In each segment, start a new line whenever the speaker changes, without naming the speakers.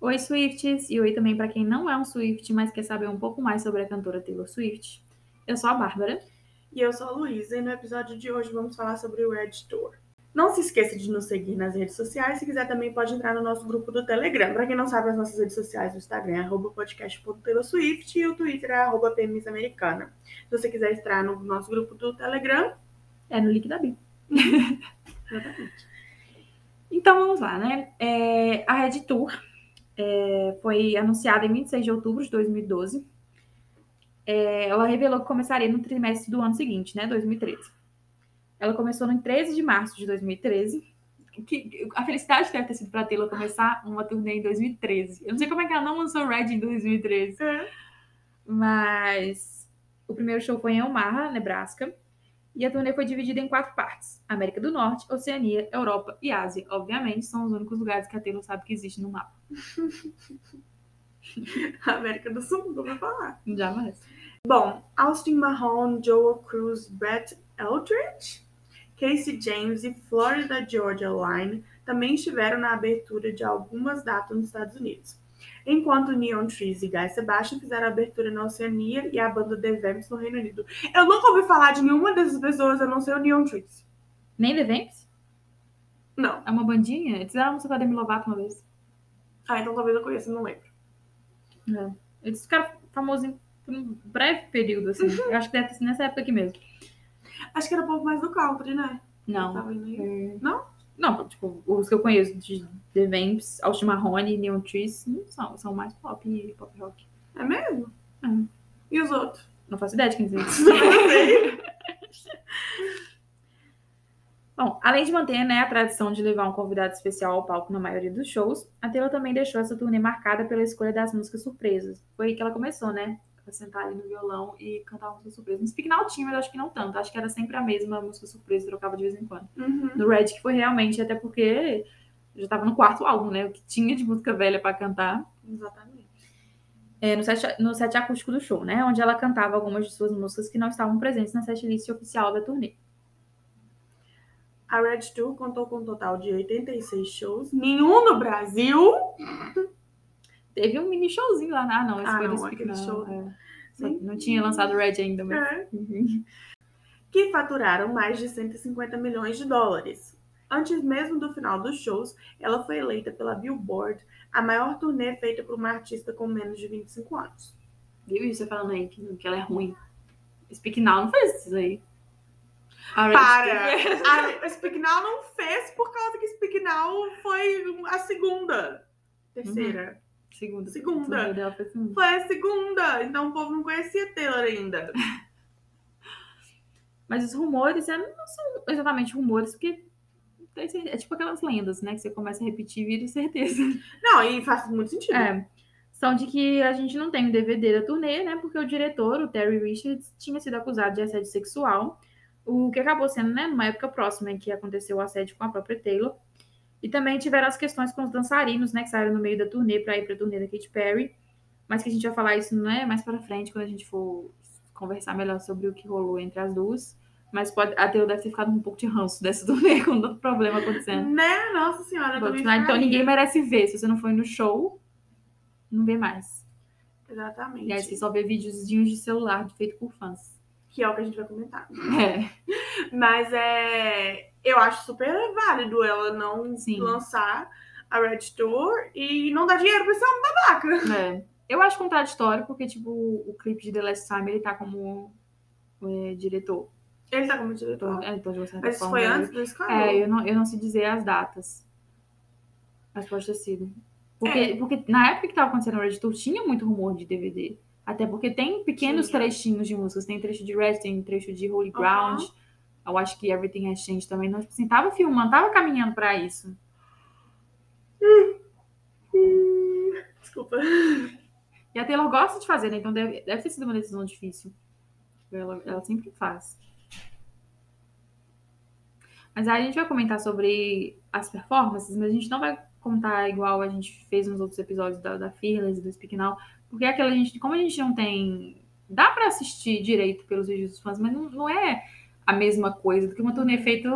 Oi, Swifts! E oi também para quem não é um Swift, mas quer saber um pouco mais sobre a cantora Taylor Swift. Eu sou a Bárbara.
E eu sou a Luísa e no episódio de hoje vamos falar sobre o Red Tour. Não se esqueça de nos seguir nas redes sociais. Se quiser também pode entrar no nosso grupo do Telegram. Para quem não sabe, as nossas redes sociais, o Instagram é arroba podcast.teloswift e o Twitter é arroba pmissamericana. Se você quiser entrar no nosso grupo do Telegram,
É no link da Bíblia.
exatamente.
Então vamos lá, né? É, a Red Tour é, foi anunciada em 26 de outubro de 2012. É, ela revelou que começaria no trimestre do ano seguinte, né? 2013. Ela começou no 13 de março de 2013. Que, a felicidade deve ter sido para Taylor começar uma turnê em 2013. Eu não sei como é que ela não lançou Red em 2013.
É.
Mas o primeiro show foi em Omaha, Nebraska. E a turnê foi dividida em quatro partes: América do Norte, Oceania, Europa e Ásia. Obviamente, são os únicos lugares que a Taylor sabe que existe no mapa.
A América do Sul, não vou falar.
Jamais.
Bom, Austin Mahone, Joel Cruz, Brett Eldridge, Casey James e Florida Georgia Line também estiveram na abertura de algumas datas nos Estados Unidos. Enquanto Neon Trees e Guy Sebastian fizeram a abertura na Oceania e a banda The Vamps no Reino Unido. Eu nunca ouvi falar de nenhuma dessas pessoas a não ser o Neon Trees.
Nem The Vamps?
Não.
É uma bandinha? Eles fizeram uma música com a tá Demi Lovato uma vez.
Ah, então talvez eu conheça, não lembro.
Eles ficaram famosos em por um breve período, assim. Eu acho que deve ter sido nessa época aqui mesmo.
Acho que era o povo mais do country, né?
Não.
Tava indo aí.
Não, tipo, os que eu conheço de The Vamps, Austin Mahone, Neon Trees, não são, são mais pop e pop rock.
É mesmo?
Hum.
E os outros?
Não faço ideia de quem dizer isso.
Não sei.
Bom, além de manter né, a tradição de levar um convidado especial ao palco na maioria dos shows, a Taylor também deixou essa turnê marcada pela escolha das músicas surpresas. Foi aí que ela começou, né? Pra sentar ali no violão e cantar uma música surpresa. No Speak Now tinha, mas eu acho que não tanto. Acho que era sempre a mesma música surpresa, trocava de vez em quando.
Uhum.
Do Red, que foi realmente, até porque eu já tava no quarto álbum, né? O que tinha de música velha pra cantar.
Exatamente.
é, no, set, no set acústico do show, né? Onde ela cantava algumas de suas músicas que não estavam presentes na setlist oficial da turnê.
A Red Tour contou com um total de 86 shows, nenhum no Brasil.
Teve um mini showzinho lá. Ah, não, esse
Ah,
foi do
não,
Speak
aquele
Now,
show.
é. Só que Não tinha lançado Red ainda, mas. Uhum.
É. Que faturaram mais de 150 milhões de dólares. Antes mesmo do final dos shows, ela foi eleita pela Billboard a maior turnê feita por uma artista com menos de 25 anos.
Viu isso Você falando aí que, que ela é ruim? Speak Now não fez isso aí. A Red teve-
Para! A Speak Now Ah, não fez por causa que Speak Now foi a segunda. Terceira.
Segunda.
Segunda.
Tudo dela foi segunda.
Foi a segunda! Então o povo não conhecia Taylor ainda.
Mas os rumores é, não são exatamente rumores, porque não tem certeza. é tipo aquelas lendas, né? Que você começa a repetir e vira certeza.
Não, e faz muito sentido.
É. São de que a gente não tem o DVD da turnê, né? Porque o diretor, o Terry Richards, tinha sido acusado de assédio sexual, o que acabou sendo, né, numa época próxima em que aconteceu o assédio com a própria Taylor. E também tiveram as questões com os dançarinos, né, que saíram no meio da turnê pra ir pra turnê da Katy Perry. Mas que a gente vai falar isso, né, mais pra frente, quando a gente for conversar melhor sobre o que rolou entre as duas. Mas pode, a Taylor deve ter ficado um pouco de ranço dessa turnê, com tanto problema acontecendo.
Né? Nossa senhora, eu
Bom,
também
afinal, então
ficaria.
ninguém merece ver. Se você não foi no show, não vê mais.
Exatamente.
E aí você só vê videozinhos de celular feito por fãs.
Que é o que a gente vai comentar.
É.
Mas é. Eu acho super válido ela não
Sim.
lançar a Red Tour e não dar dinheiro pra esse homem babaca.
É. Eu acho contraditório, porque, tipo, o clipe de The Last Time, ele tá como é, diretor.
Ele tá como diretor.
É, então, de uma certa
Mas isso
forma,
foi
ele-
antes do escândalo.
É, eu não, eu não sei dizer as datas. Mas pode ter sido. Porque,
É.
porque na época que tava acontecendo o Red Tour, tinha muito rumor de DVD. Até porque tem pequenos
Tinha.
trechinhos de músicas. Tem trecho de Red, tem trecho de Holy Ground. Eu acho que Everything Has Changed também. Não, tipo assim, tava filmando, tava caminhando pra isso.
Desculpa.
E a Taylor gosta de fazer, né? Então deve, deve ter sido uma decisão difícil. Ela, ela sempre faz. Mas aí a gente vai comentar sobre as performances, mas a gente não vai comentar igual a gente fez nos outros episódios da, da Fearless e do Speak Now, porque é aquela gente, como a gente não tem. Dá pra assistir direito pelos vídeos dos fãs, mas não, não é a mesma coisa do que uma turnê feita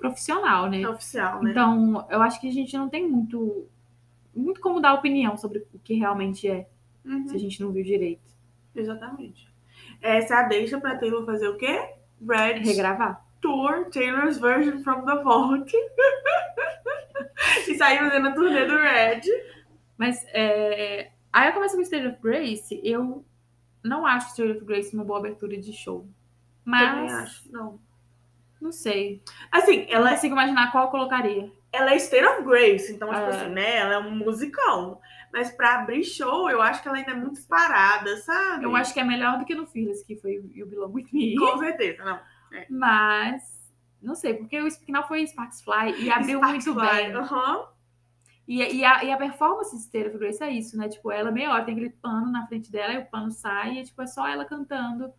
profissional, né?
É oficial, né?
Então, eu acho que a gente não tem muito muito como dar opinião sobre o que realmente é,
Uhum,
se a gente não viu direito.
Exatamente. Essa é a deixa pra Taylor fazer o quê? Red
É Regravar.
Tour Taylor's Version from the Vault. e sair fazendo a turnê do Red.
Mas é, aí eu começo com State of Grace, eu não acho State of Grace uma boa abertura de show.
Também
Mas,
acho. Não.
não sei.
Assim,
Eu não
ela é,
consigo imaginar qual eu colocaria.
ela é State of Grace, então, tipo
É.
assim, né? Ela é um musicão. Mas pra abrir show, eu acho que ela ainda é muito parada, sabe?
Eu acho que é melhor do que no Fearless, que foi o Belong With Me.
Com certeza, não.
Mas, não sei, porque o final foi Sparks Fly e abriu
Sparks
muito
Fly,
bem.
aham.
E, e a, e a performance de State of Grace é isso, né? Tipo, ela meia hora tem aquele pano na frente dela e o pano sai e tipo, é só ela cantando.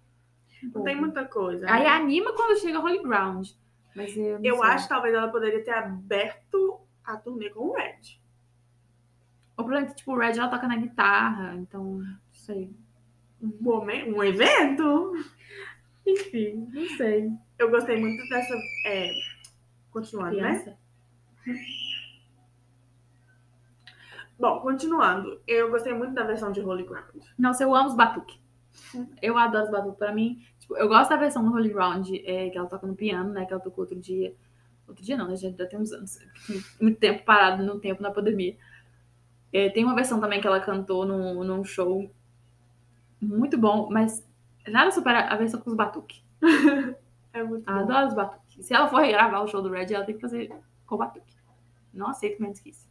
Não tem muita coisa.
Aí
né?
anima quando chega Holy Ground. Mas eu, não
Eu
sei.
acho que talvez ela poderia ter aberto a turnê com o Red.
O problema é que, tipo, o Red ela toca na guitarra, então, não sei.
Um, momen- um evento.
Enfim, não sei.
Eu gostei muito dessa. é, continuando, né?
Criança.
Bom, continuando. Eu gostei muito da versão de Holy Ground.
Nossa, eu amo os batuque. Eu adoro os batuque. Pra mim, tipo, eu gosto da versão do Holy Ground, é, que ela toca no piano, né? Que ela tocou outro dia. Outro dia não, né? Já, já tem uns anos. Muito tempo parado no tempo na pandemia. É, tem uma versão também que ela cantou num, num show. Muito bom, mas nada supera a versão com os batuque.
É muito
Ah, Eu
bom.
adoro os batuque. Se ela for gravar o show do Red, ela tem que fazer com batuque. Não aceito menos que isso.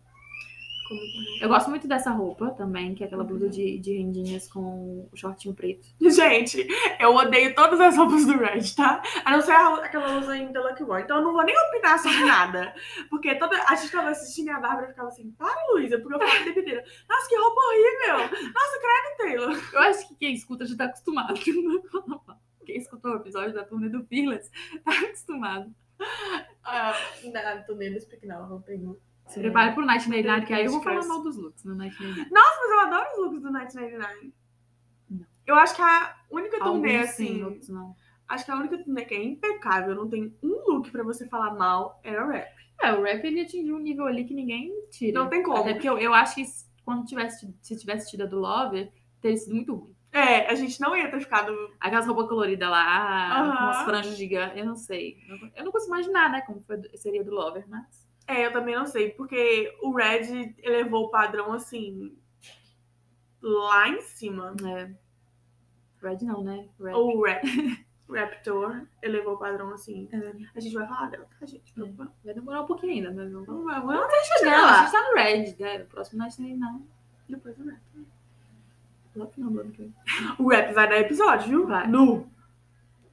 Ficou muito
Eu gosto muito dessa roupa também, que é aquela blusa de, de rendinhas com o shortinho preto.
bom. Gente, eu odeio todas as roupas do Red, tá? A não ser a- aquela blusa em The Lucky Boy. Então eu não vou nem opinar sobre nada. Porque toda... a gente tava assistindo e a Bárbara ficava assim, para, Luísa, porque eu falava de bebedeira. Nossa, que roupa horrível! Nossa, credo, Taylor.
Eu acho que quem escuta já tá acostumado. Quem escutou o episódio da turnê do Fearless tá acostumado.
Ah, não, tô nem explicar, não, não tenho.
Se prepare pro Night Night Night, que aí eu vou falar
Esquece.
mal dos looks no Night Night Night.
Mas eu adoro os looks do Night 99.
Não.
Eu acho que a
é
única turnê,
Alguns sim,
assim.
outros não.
Acho que a única turnê que é impecável, não tem um look pra você falar mal, é a rap.
É, o rap ele atingiu um nível ali que ninguém tira.
Não tem como.
Até porque eu, eu acho que se- quando tivesse, tido- se tivesse tido a do Lover, teria sido muito ruim.
É, a gente não ia ter ficado.
Aquelas roupas coloridas lá,
Aham.
com as franjas gigantes, eu não sei. Eu não consigo imaginar, né, como foi- seria a do Lover, mas...
É, eu também não sei, porque o Red elevou o padrão assim. lá em cima.
É. Red não, né? Red.
O rap. Raptor elevou o padrão assim.
É.
A gente vai falar dela, tá, gente? Não vai-
Vai demorar um pouquinho ainda, mas vamos...
não vai- Vamos deixar
Não,
chegar
a
lá.
gente tá no Red, né? O próximo nós tem né, não.
Depois o rap.
Lá pro final do ano que vem.
O rap vai dar episódio, viu?
Vai.
Nu.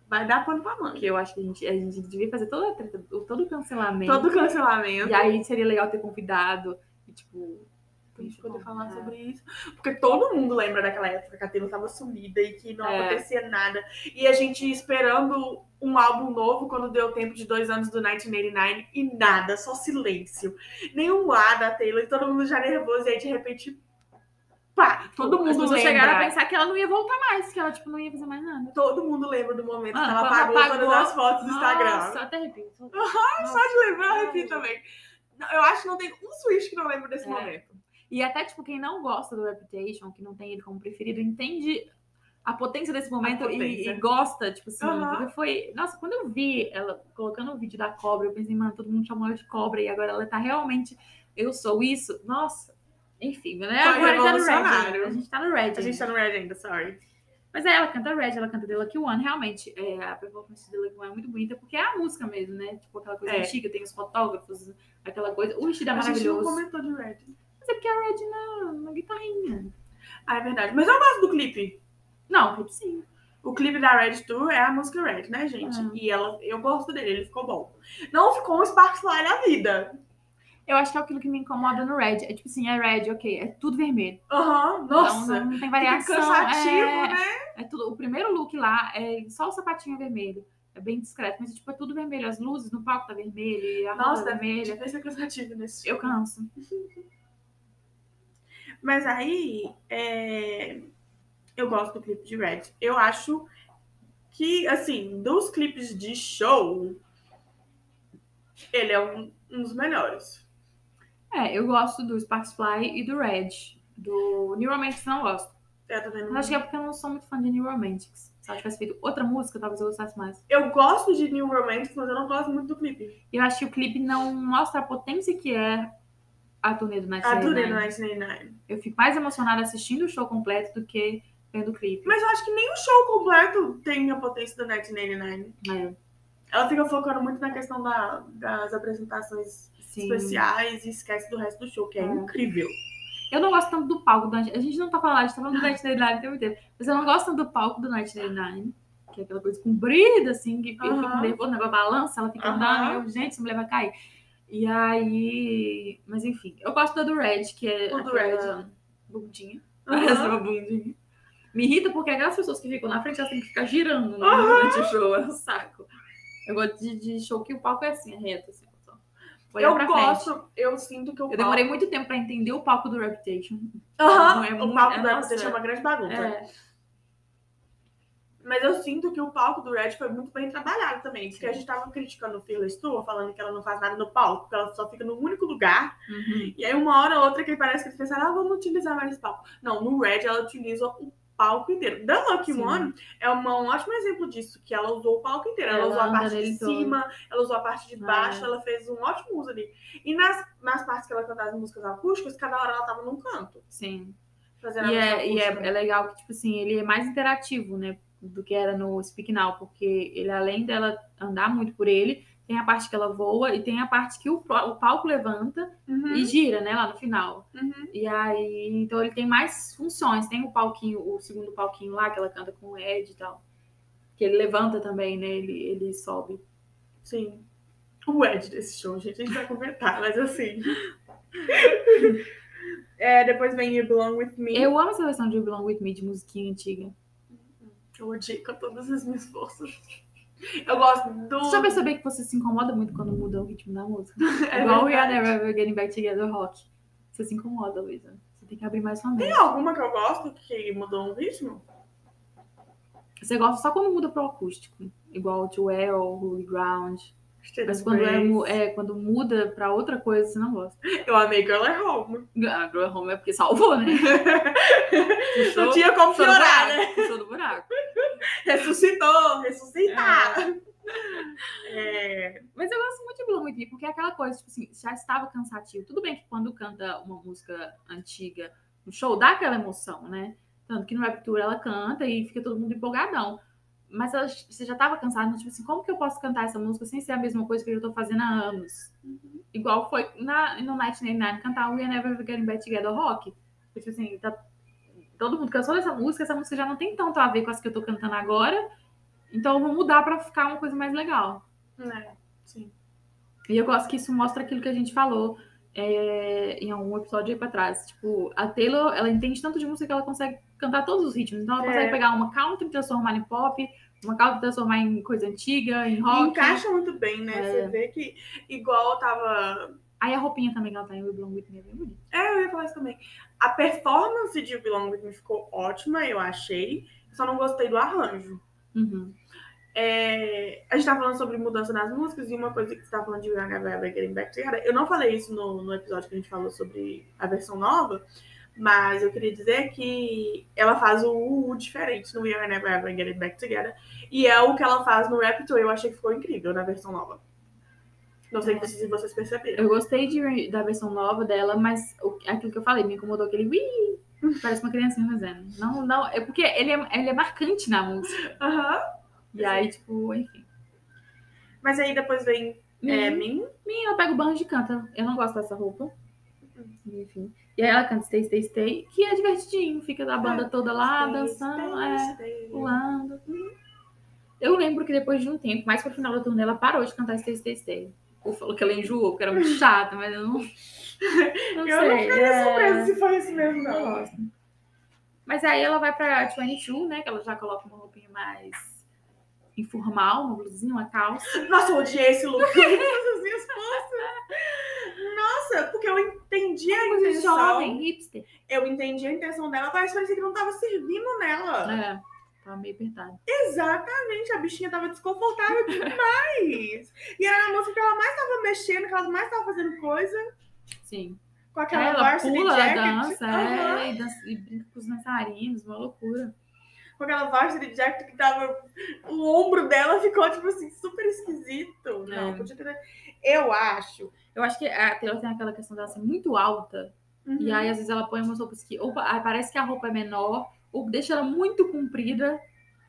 Vai dar pano pra manga.
Porque eu acho que a gente, a gente devia fazer toda a treta, o- todo o cancelamento.
Todo cancelamento.
E aí seria legal ter convidado. E, tipo,
pra gente poder
convidar.
falar sobre isso. Porque todo mundo lembra daquela época que a Taylor tava sumida e que não
É.
acontecia nada. E a gente esperando um álbum novo quando deu tempo de dois anos do 1989 e nada, só silêncio. Nenhum A da Taylor e todo mundo já nervoso. E aí de repente, pá, todo
As
mundo
pessoas chegaram a
lembra.
pensar que ela não ia voltar mais, que ela, tipo, não ia fazer mais nada.
Todo mundo lembra do momento
Ah,
que ela
quando
apagou,
apagou,
todas as fotos do Instagram.
Nossa, até arrepio.
Só de lembrar, eu arrepio
Ai.
também. Não, Eu acho que não tem um switch que não lembra desse
É.
momento.
E até, tipo, quem não gosta do Reputation, que não tem ele como preferido, entende a potência desse momento e-
potência.
E, gosta, tipo assim.
Aham.
porque Foi... Nossa, quando eu vi ela colocando o vídeo da cobra, eu pensei, mano, todo mundo chamou ela de cobra e agora ela tá realmente. Eu sou isso. Nossa. Enfim, né? agora
Foi
tá no Red.
revolucionário.
né? A gente tá no Red.
A gente tá
ainda.
no Red ainda, sorry.
Mas aí ela canta Red, ela canta The Lucky One. Realmente, é, a performance de The Lucky One é muito bonita, porque é a música mesmo, né? Tipo, aquela coisa
É.
antiga, tem os fotógrafos, aquela coisa. O vestido é
A gente
maravilhoso.
não comentou de Red.
Mas é porque a Red na, na guitarrinha.
Ah, é verdade. Mas eu gosto do clipe.
Não, clipe sim.
O clipe da Red Tour é a música Red, né, gente?
Ah.
E ela, eu gosto dele, ele ficou bom. Não ficou um Sparks Fly na vida.
Eu acho que é aquilo que me incomoda no Red. É tipo assim, é Red, ok, é tudo vermelho.
Aham, nossa.
Então, não, não tem
Fica
variação.
cansativo,
é,
né?
é tudo, o primeiro look lá é só o sapatinho vermelho. É bem discreto, mas tipo, é tudo vermelho. As luzes no palco tá vermelho, a roupa
Nossa,
tá vermelha.
deve ser cansativo nesse
Eu canso.
Mas aí, é, eu gosto do clipe de Red. Eu acho que, assim, dos clipes de show, ele é um, um dos melhores.
É, eu gosto do Sparksfly e do Red. Do New Romantics eu não gosto.
Eu também não.
Mas acho que é porque eu não sou muito fã de New Romantics. Se ela tivesse feito outra música, talvez eu gostasse mais.
Eu gosto de New Romantics, mas eu não gosto muito do clipe.
E eu acho que o clipe não mostra a potência que é a turnê do né? Night
A turnê do 1999.
Eu fico mais emocionada assistindo o show completo do que vendo o clipe.
Mas eu acho que nem o show completo tem a potência do 1999.
É,
Ela fica focando muito na questão da- das apresentações
sim.
especiais e esquece do resto do show, que é,
É.
incrível.
Eu não gosto tanto do palco do Night- A gente não tá falando, a gente tá falando do Night Nine o tempo inteiro. Mas eu não gosto tanto do palco do Night Nine, que é aquela coisa comprida, assim, que eu fico
Aham.
nervoso, o negócio balança, ela fica
Aham.
andando, eu, gente, essa mulher vai cair. E aí. Mas enfim, eu gosto da do Red, que é
O do
aquela bundinha. Parece
Aham.
uma bundinha. Me irrita porque aquelas pessoas que ficam na frente, elas têm que ficar girando né,
Aham.
durante o show, é um saco. Eu gosto de, de show que o palco é assim, é reto, assim, só. Olhar
Eu
pra frente.
gosto, eu sinto que o
Eu demorei muito tempo pra entender o palco do Reputation. Não
Aham.
é
o
muito-
palco
é,
do Red
nossa.
deixa uma grande bagunça.
É,
Mas eu sinto que o palco do Red foi muito bem trabalhado também. Porque a gente tava criticando o Fearless Tour, falando que ela não faz nada no palco, que ela só fica num único lugar.
Uhum.
E aí, uma hora ou outra, que parece que eles pensaram, ah, vamos utilizar mais esse palco. Não, no Red ela utiliza o palco inteiro. The Lucky
Sim.
One é uma- um ótimo exemplo disso, que ela usou o palco inteiro. Ela,
Ela
usou a
anda
parte de
nele todo.
cima, ela usou a parte de
É.
baixo, ela fez um ótimo uso ali. E nas, nas partes que ela cantava as músicas acústicas, cada hora ela tava num canto.
Sim.
Fazendo a
E,
música
é, e é,
acústica.
é legal que, tipo assim, ele é mais interativo, né? Do que era no Speak Now, porque ele, além dela andar muito por ele, tem a parte que ela voa e tem a parte que o, pro- o palco levanta
Uhum,
e gira, né? Lá no final.
uhum.
E aí, então ele tem mais funções. Tem o palquinho, o segundo palquinho lá, que ela canta com o Ed e tal. Que ele levanta também, né? Ele, ele sobe.
Sim. O Ed desse show, gente, a gente vai comentar, mas assim. É, depois vem You Belong With Me.
Eu amo essa versão de You Belong With Me, de musiquinha antiga.
Eu odeio com todas as minhas forças. Eu gosto do.
Você já percebeu que você se incomoda muito quando muda o ritmo da música?
É
Igual We Are
verdade.
Never Ever Getting Back Together Rock. Você se incomoda, Luísa. Você tem que abrir mais sua
Tem
mente.
alguma que eu gosto que mudou um ritmo?
Você gosta só quando muda pro acústico. Igual To Well, Holy Ground. Mas
Status
quando, é, mu-
Grace.
é, quando muda pra outra coisa, você não gosta.
Eu amei Girl at Home.
A Girl Home é porque salvou, né? Puxou,
Não tinha como
puxou do
piorar, né?
buraco, Puxou do buraco.
Ressuscitou, ressuscitar. É.
Mas eu gosto muito de Blue With Me, porque é aquela coisa, tipo assim, já estava cansativo. Tudo bem que quando canta uma música antiga no show, dá aquela emoção, né? Tanto que no Rapture ela canta e fica todo mundo empolgadão. Mas ela- você já estava cansado, então, tipo assim, como que eu posso cantar essa música sem ser a mesma coisa que eu já tô fazendo há anos? Igual foi na, no Night Nine cantar We Are Never Getting Back Together Rock. Porque, Tipo assim, tá, todo mundo cansou dessa música, essa música já não tem tanto a ver com as que eu tô cantando agora. Então eu vou mudar pra ficar uma coisa mais legal.
É, sim.
E eu gosto que isso mostra aquilo que a gente falou é, em algum episódio aí pra trás. Tipo, a Taylor, ela entende tanto de música que ela consegue cantar todos os ritmos. Então ela
É.
consegue pegar uma country e transformar em pop, uma country e transformar em coisa antiga, em
E
rock.
encaixa muito bem, né? Você vê que, igual eu tava
Aí a roupinha também que ela tá em We Belong With Me é bem bonita.
É, eu ia falar isso também. A performance de You Belong With Me ficou ótima, eu achei. Só não gostei do arranjo.
Uhum.
É, a gente tá falando sobre mudança nas músicas e uma coisa que você tá falando de Young Ever Getting Back Together. Eu não falei isso no, no episódio que a gente falou sobre a versão nova, mas eu queria dizer que ela faz o U diferente no Young Ever Ever Getting Back Together e é o que ela faz no Rapture. Eu achei que ficou incrível na versão nova. Não sei
É.
se vocês perceberam.
Eu gostei de- da versão nova dela, mas o- aquilo que eu falei me incomodou aquele "Wii". Parece uma criancinha fazendo. Não, não. É porque ele é, ele é marcante na música.
Aham.
E aí, tipo, enfim.
Mas aí depois vem é,
Uhum.
Min,
Sim, ela pega o banjo e canta. Eu não gosto dessa roupa. Enfim. E aí ela canta Stay, Stay, Stay, que é divertidinho. Fica da banda toda lá, dançando, é, pulando. Uhum. Eu lembro que depois de um tempo, mais pro final da turnê, ela parou de cantar Stay, Stay, Stay. Ou falou que ela enjoou, porque era muito chata, mas eu não. Não
Eu não
sei.
ficaria
é,
surpresa se foi isso mesmo,
não
não.
gosto. Mas aí ela vai pra 22, né? Que ela já coloca uma roupinha mais informal, uma blusinha, uma calça.
Nossa, eu odiei esse look. Todas as minhas forças. Nossa, porque eu entendi a
Coisa de é jovem,
intenção.
hipster.
Eu entendi a intenção dela, mas parecia que não tava servindo nela.
É, tava meio apertada.
Exatamente, a bichinha tava desconfortável demais. e era na música que ela mais tava mexendo, que ela mais tava fazendo coisa.
Sim. É,
Com aquela
Ela
varsity
pula,
jacket.
dança,
Aham.
é, e dança- e brinca com os dançarinos, uma loucura.
Com aquela varsity jacket que tava. O ombro dela ficou, tipo assim, super esquisito. Não,
É.
podia ter. Eu acho.
Eu acho que a Taylor tem aquela questão dela ser muito alta, e
Uhum.
aí às vezes ela põe umas roupas que ou pa- parece que a roupa é menor, ou deixa ela muito comprida.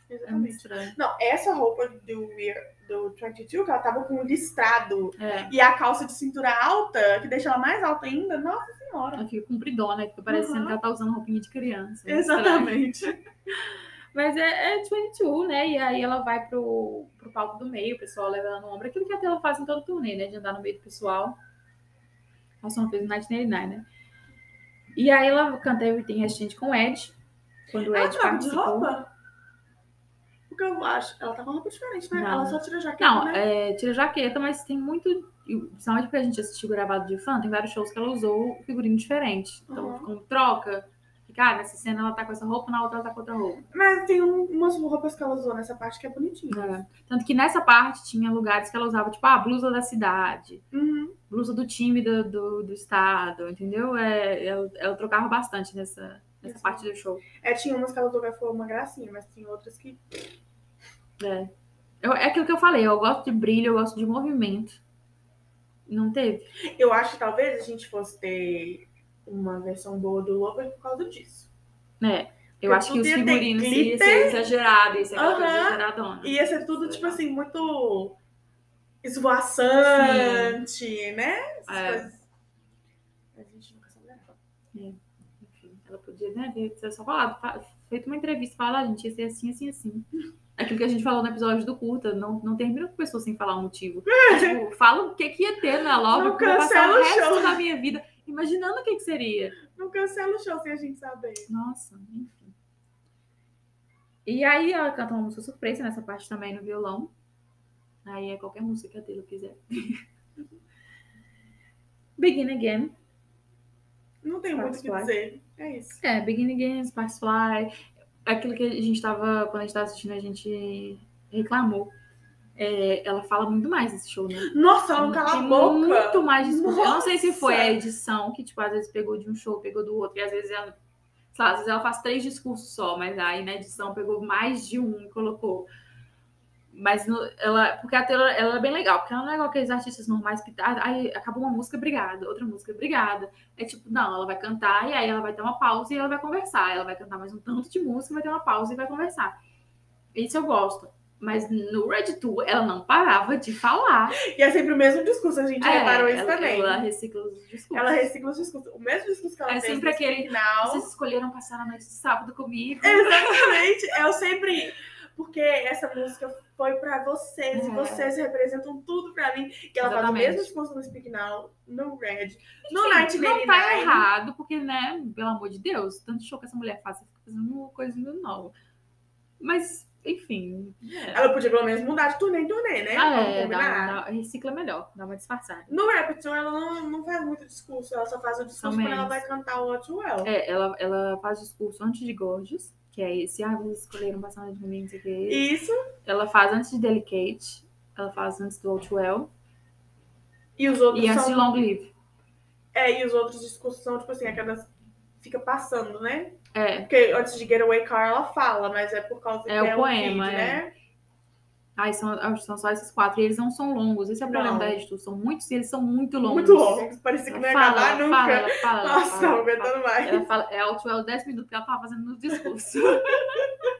É muito
Exatamente.
estranho.
Não, essa roupa do, Weir- do 22, que ela tava com um listrado
É,
e a calça de cintura alta, que deixa ela mais alta ainda, nossa senhora.
ela fica compridona, fica parecendo
Uhum.
que ela tá usando roupinha de criança. É estranho.
Exatamente.
Mas é, é 22, né? E aí ela vai pro, pro palco do meio, o pessoal leva ela no ombro. Aquilo que a Taylor faz em todo turnê, né? De andar no meio do pessoal. Ela só não fez o 1989, né? E aí ela canta Everything Has Changed com o Ed. Quando o
Ah, Ela
Ed
troca de
participou.
roupa? Porque eu acho. Ela tá com roupa diferente, né?
Não.
Ela só tira a jaqueta,
Não,
né?
é, tira jaqueta, mas tem muito... e Principalmente porque a gente assistiu gravado de fã, tem vários shows que ela usou figurino diferente. Então,
Uhum.
como troca... Cara, nessa cena ela tá com essa roupa, na outra ela tá com outra roupa.
Mas tem um- umas roupas que ela usou nessa parte que é bonitinha.
É. Tanto que nessa parte tinha lugares que ela usava, tipo, a blusa da cidade.
Uhum.
blusa do time do, do, do estado, entendeu? É, ela, ela trocava bastante nessa, nessa
Isso.
parte do show.
É, tinha umas que ela fotografou uma gracinha, mas tem outras que.
É. Eu- é aquilo que eu falei, eu gosto de brilho, eu gosto de movimento. Não teve?
Eu acho que talvez a gente fosse ter uma versão boa do Lover por causa disso.
É. Eu
Porque
acho que os
podia ter
figurinos ia ser
glitter.
exagerado, ia ser aquela coisa
Aham.
exageradona.
Ia ser tudo, tipo assim, muito esvoaçante, né? Essas
É.
coisas. Mas a gente nunca saberá.
Enfim, ela podia, né, ter- ter só falado, fa- feito uma entrevista, falar, "Ah, gente, ia ser assim, assim, assim. Aquilo que a gente falou no episódio do Curta, não, não termina com pessoa sem falar o motivo. tipo, fala o que, que ia ter na loja,
É. Não
porque eu vou passar
cancela
o
o
resto
show.
da minha vida imaginando o que, que seria.
Não cancela o show sem a gente saber.
Nossa, enfim. E aí ela canta uma música surpresa nessa parte também no violão. Aí é qualquer música que a Taylor quiser. Begin Again.
Não tem
Tá,
muito o que
claro.
dizer. É isso.
É, Beginning Games, Sparks Fly. Aquilo que a gente tava, quando a gente tava assistindo, a gente reclamou. É, ela fala muito mais nesse show, né?
Nossa, ela não cala a
Tem
boca.
Muito mais discurso. Eu não sei se foi
Nossa!
a edição, que, tipo, às vezes pegou de um show, pegou do outro, e às vezes ela. Sei lá, às vezes ela faz três discursos só, mas aí na edição pegou mais de um e colocou. Mas no- ela. Porque a Taylor ela é bem legal, porque ela não é igual aqueles artistas normais que. ah, Aí acabou uma música, obrigada, outra música, obrigada. É tipo, não, ela vai cantar e aí ela vai ter uma pausa e ela vai conversar. Ela vai cantar mais um tanto de música, vai ter uma pausa e vai conversar. Isso eu gosto. Mas no Red Tour ela não parava de falar.
E é sempre o mesmo discurso, a gente
É,
reparou isso
ela,
também.
Ela
Ela,
recicla os discursos.
recicla os discursos. O mesmo discurso que ela
É
fez
sempre
no
aquele-
final.
Vocês escolheram passar a noite de sábado comigo.
Exatamente. Eu sempre. Porque essa música foi pra vocês. E
É.
vocês representam tudo pra mim. E ela faz o
Exatamente.
mesmo discurso no Speak Now, no Red, no
Gente,
Night
não tá errado, porque, né, pelo amor de Deus, tanto show que essa mulher faz, você fica fazendo uma coisa muito nova. Mas, enfim. é.
Ela podia pelo menos mudar de turnê em turnê, né?
Ah,
Vamos
é, dá-
combinar.
dá- recicla melhor, dá uma disfarçada.
No Repetition, ela não, não faz muito discurso. Ela só faz o discurso quando ela
menos.
vai cantar o What You Well.
É, ela, ela faz discurso antes de Gorgeous, que é esse, ah, vocês escolheram passar a noite comigo, não sei o quê.
E Isso.
Ela faz antes de Delicate, ela faz antes do Outwell
E os outros
e assim, antes de
são
Long Live.
É, e os outros discursos são, tipo assim, aquelas fica passando, né?
É,
Porque antes de Getaway Car ela fala, mas é por causa
É
que
o
é
poema,
um feed,
é.
né?
Aí são, ah, são só esses quatro. E eles não são longos. Esse é o problema
Não.
da Red Tour. São muitos e eles são muito longos.
Muito longo, parecia que não ia
Ela
acabar
fala,
nunca.
Ela fala, ela
Nossa,
fala,
não
ela fala.
aguentando mais.
Ela fala, é Outwell 10 minutos que ela tava fazendo no discurso.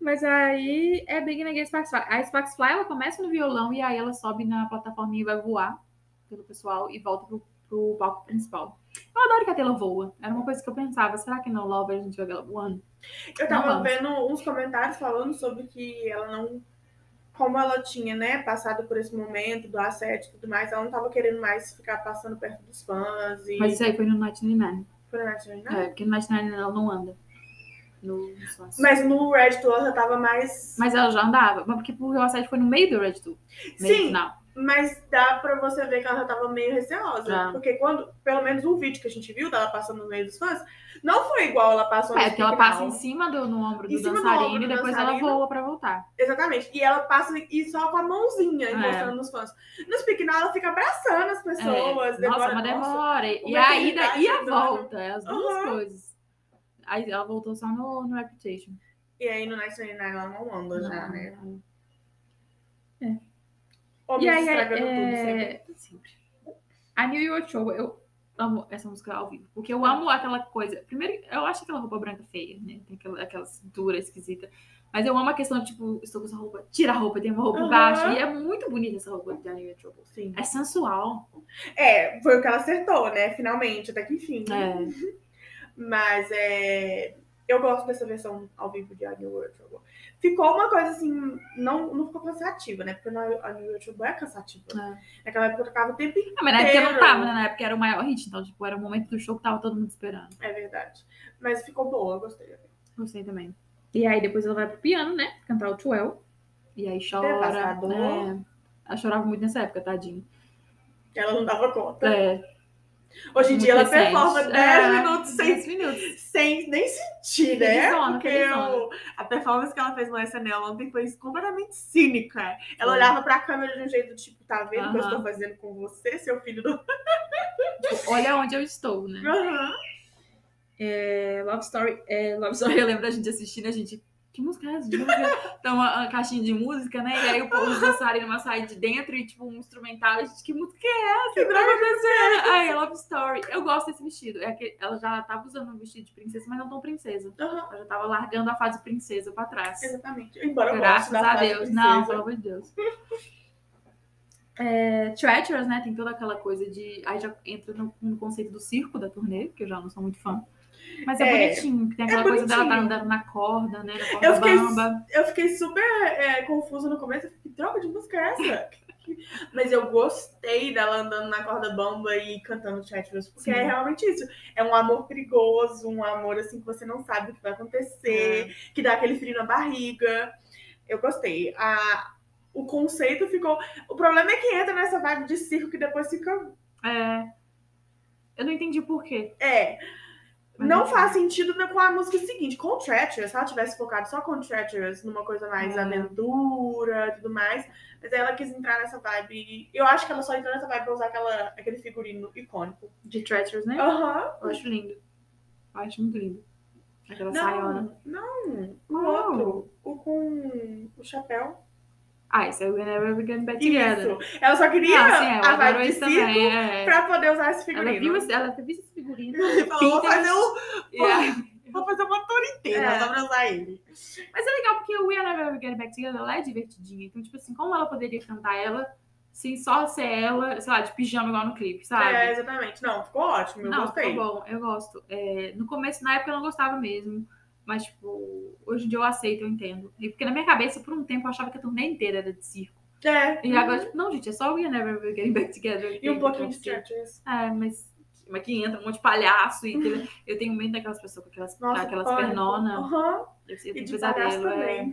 Mas aí é Big Again Sparks Fly. A Sparks Fly ela começa no violão e aí ela sobe na plataforminha e vai voar pelo pessoal e volta pro, pro palco principal. Eu adoro que a tela voa. Era uma coisa que eu pensava. Será que no Lover a gente vai ver ela voando?
Eu tava
Não,
vendo uns comentários falando sobre que ela não. Como ela tinha, né, passado por esse momento do assédio e tudo mais, ela não tava querendo mais ficar passando perto dos fãs e.
Mas isso aí foi no Night Nine.
Foi na Nath, né?
É, porque no Night Nine ela não anda. No, no Sons.
Mas no Red Tour ela já tava mais.
Mas ela já andava. Mas porque o assédio foi no meio do Red Tour. Meio
Sim.
final.
Mas dá pra você ver que ela já tava meio receosa.
Tá.
Porque quando, pelo menos o vídeo que a gente viu dela passando no meio dos fãs, não foi igual ela passou no
É, porque ela
Speak
passa
Now.
em cima do, no ombro
Em
do
cima do
dançarino
ombro do
e depois ela
dançarino.
voa pra voltar.
Exatamente. E ela passa e só com a mãozinha e
É.
mostrando nos fãs. No Speak Now, ela fica abraçando as
É,
pessoas.
nossa,
demora,
uma
nossa. é
demora. E
uma
a ida
eternidade
e a
demora.
volta, é as duas
tá Aham.
coisas. Aí ela voltou só no, no Reputation. Ah.
E aí no Night Night ela não anda já, né?
E
Homens
aí,
estragando tudo sempre.
é... sempre. A New York Show, eu amo essa música ao vivo, porque eu amo aquela coisa. Primeiro, eu acho aquela roupa branca feia, né? Tem aquela, aquelas duras, esquisita. Mas eu amo a questão, tipo, estou com essa roupa, tira a roupa, tem uma roupa
Aham.
embaixo. E é muito bonita essa roupa da New York Show.
Sim.
É sensual.
É, foi o que ela acertou, né? Finalmente, até que enfim.
É.
Mas é. Eu gosto dessa versão ao vivo de A New World Trouble. Ficou uma coisa assim, não, não ficou cansativa, né? Porque na- a New World Trouble é cansativa. Naquela época eu tocava o tempo inteiro.
Ah, mas na época eu não tava, né? Na época era o maior hit, então, tipo, era o momento do show que tava todo mundo esperando.
É verdade. Mas ficou boa, eu gostei.
Gostei também. E aí depois ela vai pro piano, né? Cantar o Twelve. E aí chora.
Devastador.
né? Ela chorava muito nessa época, tadinha.
Ela não dava conta.
É,
Hoje em
Muito
dia ela
recente.
performa 10
É,
minutos sem,
10 minutos.
sem nem sentir, né?
Felizona,
Porque
felizona.
o- a performance que ela fez no SNL ontem foi completamente cínica. Ela
Foi.
olhava pra câmera de um jeito tipo, tá vendo o que eu
Aham.
estou fazendo com você, seu filho do.
Tipo, olha onde eu estou, né?
Aham.
É, Love Story, é, Love Story, eu lembro a gente assistindo, a gente. Que música é essa? De música? Então, uma, uma caixinha de música, né? E aí o povo dançarem numa saia de dentro e, tipo, um instrumental. A gente, que música é
Que droga.
essa? Ai, é Love Story. Eu gosto desse vestido. É aquele- ela já tava usando um vestido de princesa, mas não tão princesa.
Aham.
Ela já tava largando a fase princesa pra trás.
Exatamente. Embora eu goste
Graças
da
a
frase
Deus.
princesa.
Não, pelo amor de Deus. É, Treacherous, né? Tem toda aquela coisa de. Aí já entra no, no conceito do circo da turnê, que eu já não sou muito fã. Mas é,
É,
bonitinho, que tem aquela coisa dela tá
bonitinho.
andando na corda, né? Na corda
Eu fiquei-
bamba.
Eu fiquei super é, confusa no começo. Eu fiquei, Que droga de música é essa? Mas eu gostei dela andando na corda bamba e cantando Chatress, porque
Sim.
é realmente isso. É um amor perigoso, um amor assim que você não sabe o que vai acontecer, que dá aquele frio na barriga. Eu gostei. A, o conceito ficou. O problema é que entra nessa vibe de circo que depois fica.
É. Eu não entendi por quê.
É,
mas é
Não
enfim.
faz sentido ver com a música seguinte, com Treacherous, se ela tivesse focado só com Treacherous, numa coisa mais
É.
aventura e tudo mais, mas aí ela quis entrar nessa vibe, eu acho que ela só entrou nessa vibe pra usar aquela, aquele figurino icônico.
De Treacherous, né?
Aham.
Eu acho lindo. Eu acho muito lindo. Aquela saiona.
Não, não, o
Uau.
outro, o com o chapéu.
Ah, isso é Whenever We Get Back Together.
Isso, ela só queria
Ah, sim, né? ela
a
adorou
vibe de
isso
circo
também. é.
pra poder usar esse
Ela
figurino.
viu, esse- ela viu esse figurino.
E falou, vou fazer, um,
Yeah.
vou fazer uma tour inteira
É.
só pra usar ele.
Mas é legal porque o We Are Never Ever Get Back Together ela é divertidinha. Então, tipo assim, como ela poderia cantar ela sem só ser ela, sei lá, de pijama igual no clipe, sabe?
É, exatamente. Não, ficou ótimo, eu
não,
gostei.
ficou bom, eu gosto. É, no começo, na época, eu não gostava mesmo. Mas, tipo, hoje em dia eu aceito, eu entendo. E porque na minha cabeça, por um tempo, eu achava que a turnê inteira era de circo.
É.
E agora, tipo, não, gente, é só We Are Never Ever Getting Back Together.
E um pouquinho de
circo.
Treacherous.
É, mas... Mas que entra um monte de palhaço e aquele- eu tenho medo daquelas pessoas com aquelas,
Nossa,
aquelas
pânico.
pernonas.
Aham.
Eu sei, eu
E
tenho
de palhaço
pesadelo. é.
também.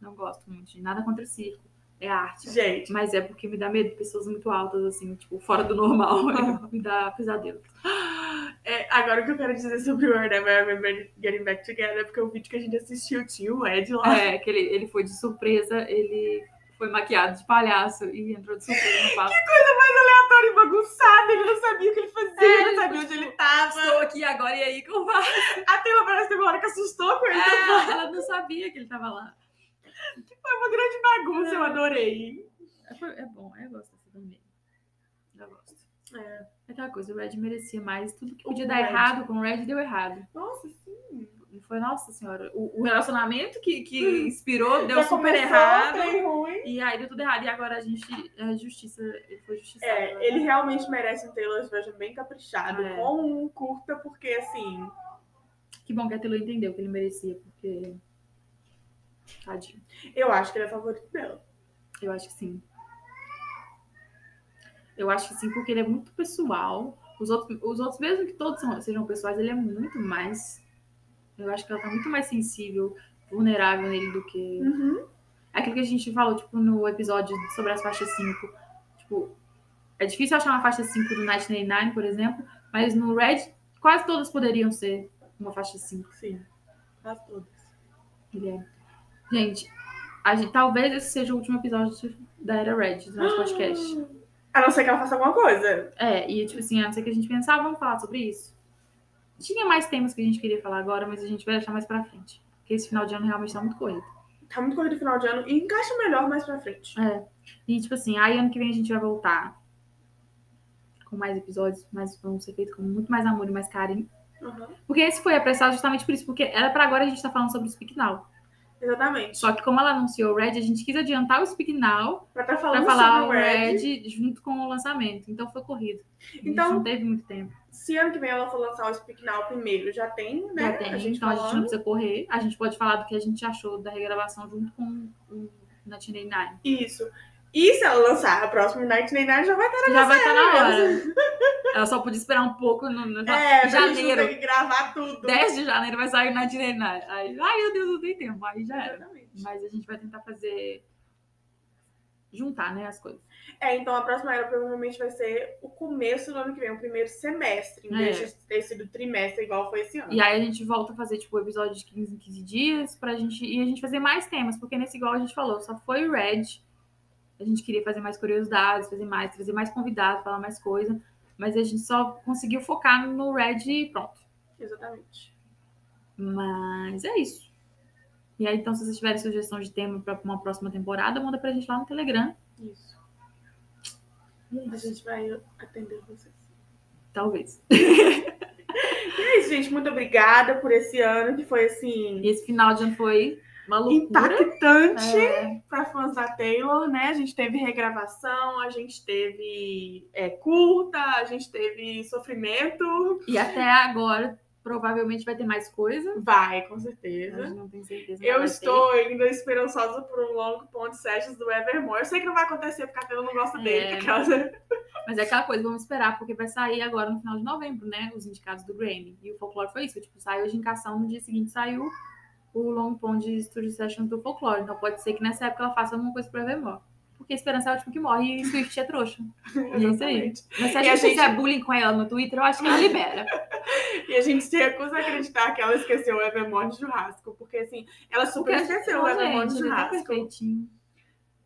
Não gosto muito. de Nada contra circo. É arte.
Gente,
Mas é porque me dá medo de pessoas muito altas, assim, tipo, fora do normal. me dá pesadelo.
é, agora o que eu quero dizer sobre o Where Never Ever Getting Back Together é porque o vídeo que a gente assistiu tinha o Ed lá.
É, que ele, ele foi de surpresa, ele foi maquiado de palhaço e entrou de surpresa no palco.
Todo e bagunçado, ele não sabia o que ele fazia,
É,
ele não sabia
tipo,
onde ele tava.
Estou aqui agora e aí, como vai?
A Taylor parece que teve uma hora que assustou com ele.
É, ela não sabia que ele tava lá.
Foi uma grande bagunça,
É.
eu adorei.
É, foi- é bom, eu gosto dessa também. Eu gosto.
É.
Aquela coisa, o Red merecia mais. Tudo que
O
podia dar
Red.
errado com o Red deu errado.
Nossa, sim.
Foi, nossa senhora, o, o relacionamento que, que inspirou deu
Hum. Já
super
começou, né?"
errado.
Bem ruim.
E aí deu tudo errado. E agora a gente. A justiça. Ele foi justiçado. né?
É, ele realmente merece um Taylor's version bem caprichado,
É.
com um curta, porque assim.
Que bom que a Telo entendeu que ele merecia, porque. Tadinho.
Eu acho que ele é favorito dela.
Eu acho que sim. Eu acho que sim, porque ele é muito pessoal. Os outros, os outros mesmo que todos são- sejam pessoais, ele é muito mais. Eu acho que ela tá muito mais sensível, vulnerável nele do que.
Uhum.
Aquilo que a gente falou, tipo, no episódio sobre as faixas 5. Tipo, é difícil achar uma faixa 5 do Night 99, por exemplo, mas no Red quase todas poderiam ser uma faixa 5,
Sim. Quase todas.
Guilherme. Gente, a gente- talvez esse seja o último episódio da Era Red do nosso podcast.
A não ser que ela faça alguma coisa.
É, e tipo assim, a não ser que a gente pensava, vamos falar sobre isso. Tinha mais temas que a gente queria falar agora, mas a gente vai deixar mais pra frente. Porque esse final de ano realmente tá muito corrido.
Tá muito corrido o final de ano e encaixa melhor mais pra frente.
E tipo assim, aí ano que vem a gente vai voltar com mais episódios, mas vão ser feitos com muito mais amor e mais carinho.
Uhum.
Porque esse foi apressado justamente por isso, porque era pra agora a gente tá falando sobre o Speak Now.
Exatamente.
Só que como ela anunciou o Red, a gente quis adiantar o Speak Now
Pra
pra
estar tá falando
falar o
sobre o Red.
Red junto com o lançamento. Então foi corrido. Então,
Então-
não teve muito tempo.
Se ano que vem ela for lançar o Speak Now primeiro, já tem, né?
Já tem,
A gente
então a gente não
falando.
precisa correr. A gente pode falar do que a gente achou da regravação junto com o Natinei Nine.
Isso. E se ela lançar a próxima Night Night, já vai estar
Já vai estar na hora. Ela só podia esperar um pouco. No, no-
É, pra gente não
janeiro.
ter que gravar tudo.
10 de janeiro vai sair na Nine. Aí, ai meu Deus, não tem tempo. Aí já era.
Exatamente.
Mas a gente vai tentar fazer. juntar, né, as coisas.
É, então a próxima era provavelmente vai ser o começo do ano que vem, o primeiro semestre, em vez
É.
de ter sido trimestre igual foi esse ano.
E aí a gente volta a fazer, tipo, episódio de 15 em 15 dias pra gente. E a gente fazer mais temas, porque nesse igual a gente falou, só foi Red. A gente queria fazer mais curiosidades, fazer mais, trazer mais convidados, falar mais coisa. Mas a gente só conseguiu focar no Red e pronto.
Exatamente.
Mas é isso. E aí, então, se vocês tiverem sugestão de tema pra uma próxima temporada, manda pra gente lá no Telegram.
Isso. A gente vai atender vocês.
Talvez.
E é isso, gente. Muito obrigada por esse ano, que foi assim.
E esse final de ano foi uma loucura.
Impactante
É,
para fãs da Taylor, né? A gente teve regravação, a gente teve é, curta, a gente teve sofrimento.
e até agora, provavelmente vai ter mais coisa.
Vai, com
A
certeza.
gente não tem certeza. mas
Eu
vai
estou ainda esperançosa por um longo ponto de sessions do Evermore. Eu sei que não vai acontecer porque a Taylor não gosta dele.
É.
Aquelas...
ter. Mas é aquela coisa, vamos esperar, porque vai sair agora no final de novembro, né? Os indicados do Grammy. E o folclore foi isso. foi, Tipo, saiu a indicação, no dia seguinte saiu o Long Pond de Studio Sessions do folclore. Então pode ser que nessa época ela faça alguma coisa pra Evermore. Porque a esperança é o último que morre e Swift é trouxa. E é isso aí.
Exatamente.
Mas se
E
a
a
gente
gente-
fizer bullying com ela no Twitter, eu acho que ela libera.
E a gente se recusa a acreditar que ela esqueceu o Evermore de churrasco. Porque, assim, ela super esqueceu o
Não,
Evermore de
gente, ele tá
churrasco.
perfeitinho.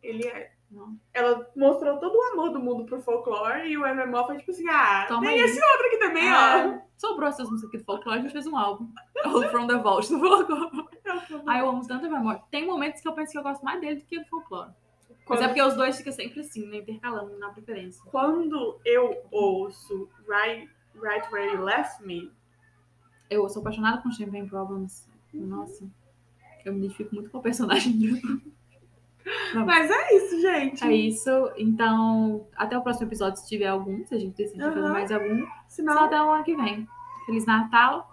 Ele é...
Não.
Ela mostrou todo o amor do mundo pro folclore e o Evermore foi tipo assim, ah,
Toma
tem
aí.
esse outro aqui também, ó.
É, sobrou essas músicas aqui do folclore, a gente fez um álbum. O From the Vault do folclore. Ai, Ah, eu amo tanto a memória. Tem momentos que eu penso que eu gosto mais dele do que do folclore. Mas é
Quando,
porque os dois ficam sempre assim, né? Intercalando na preferência.
quando eu ouço right, right Where You Left Me,
Eu sou apaixonada com Champagne Problems. Nossa. Eu me identifico muito com o personagem dele.
mas é isso, gente.
É isso. Então, até o próximo episódio, se tiver algum. Se a gente decidir fazer
Aham.
mais algum. Só
Sinal,
até o ano que vem. Feliz Natal.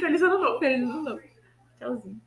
feliz ano novo.
Feliz Ano Novo. Tchauzinho.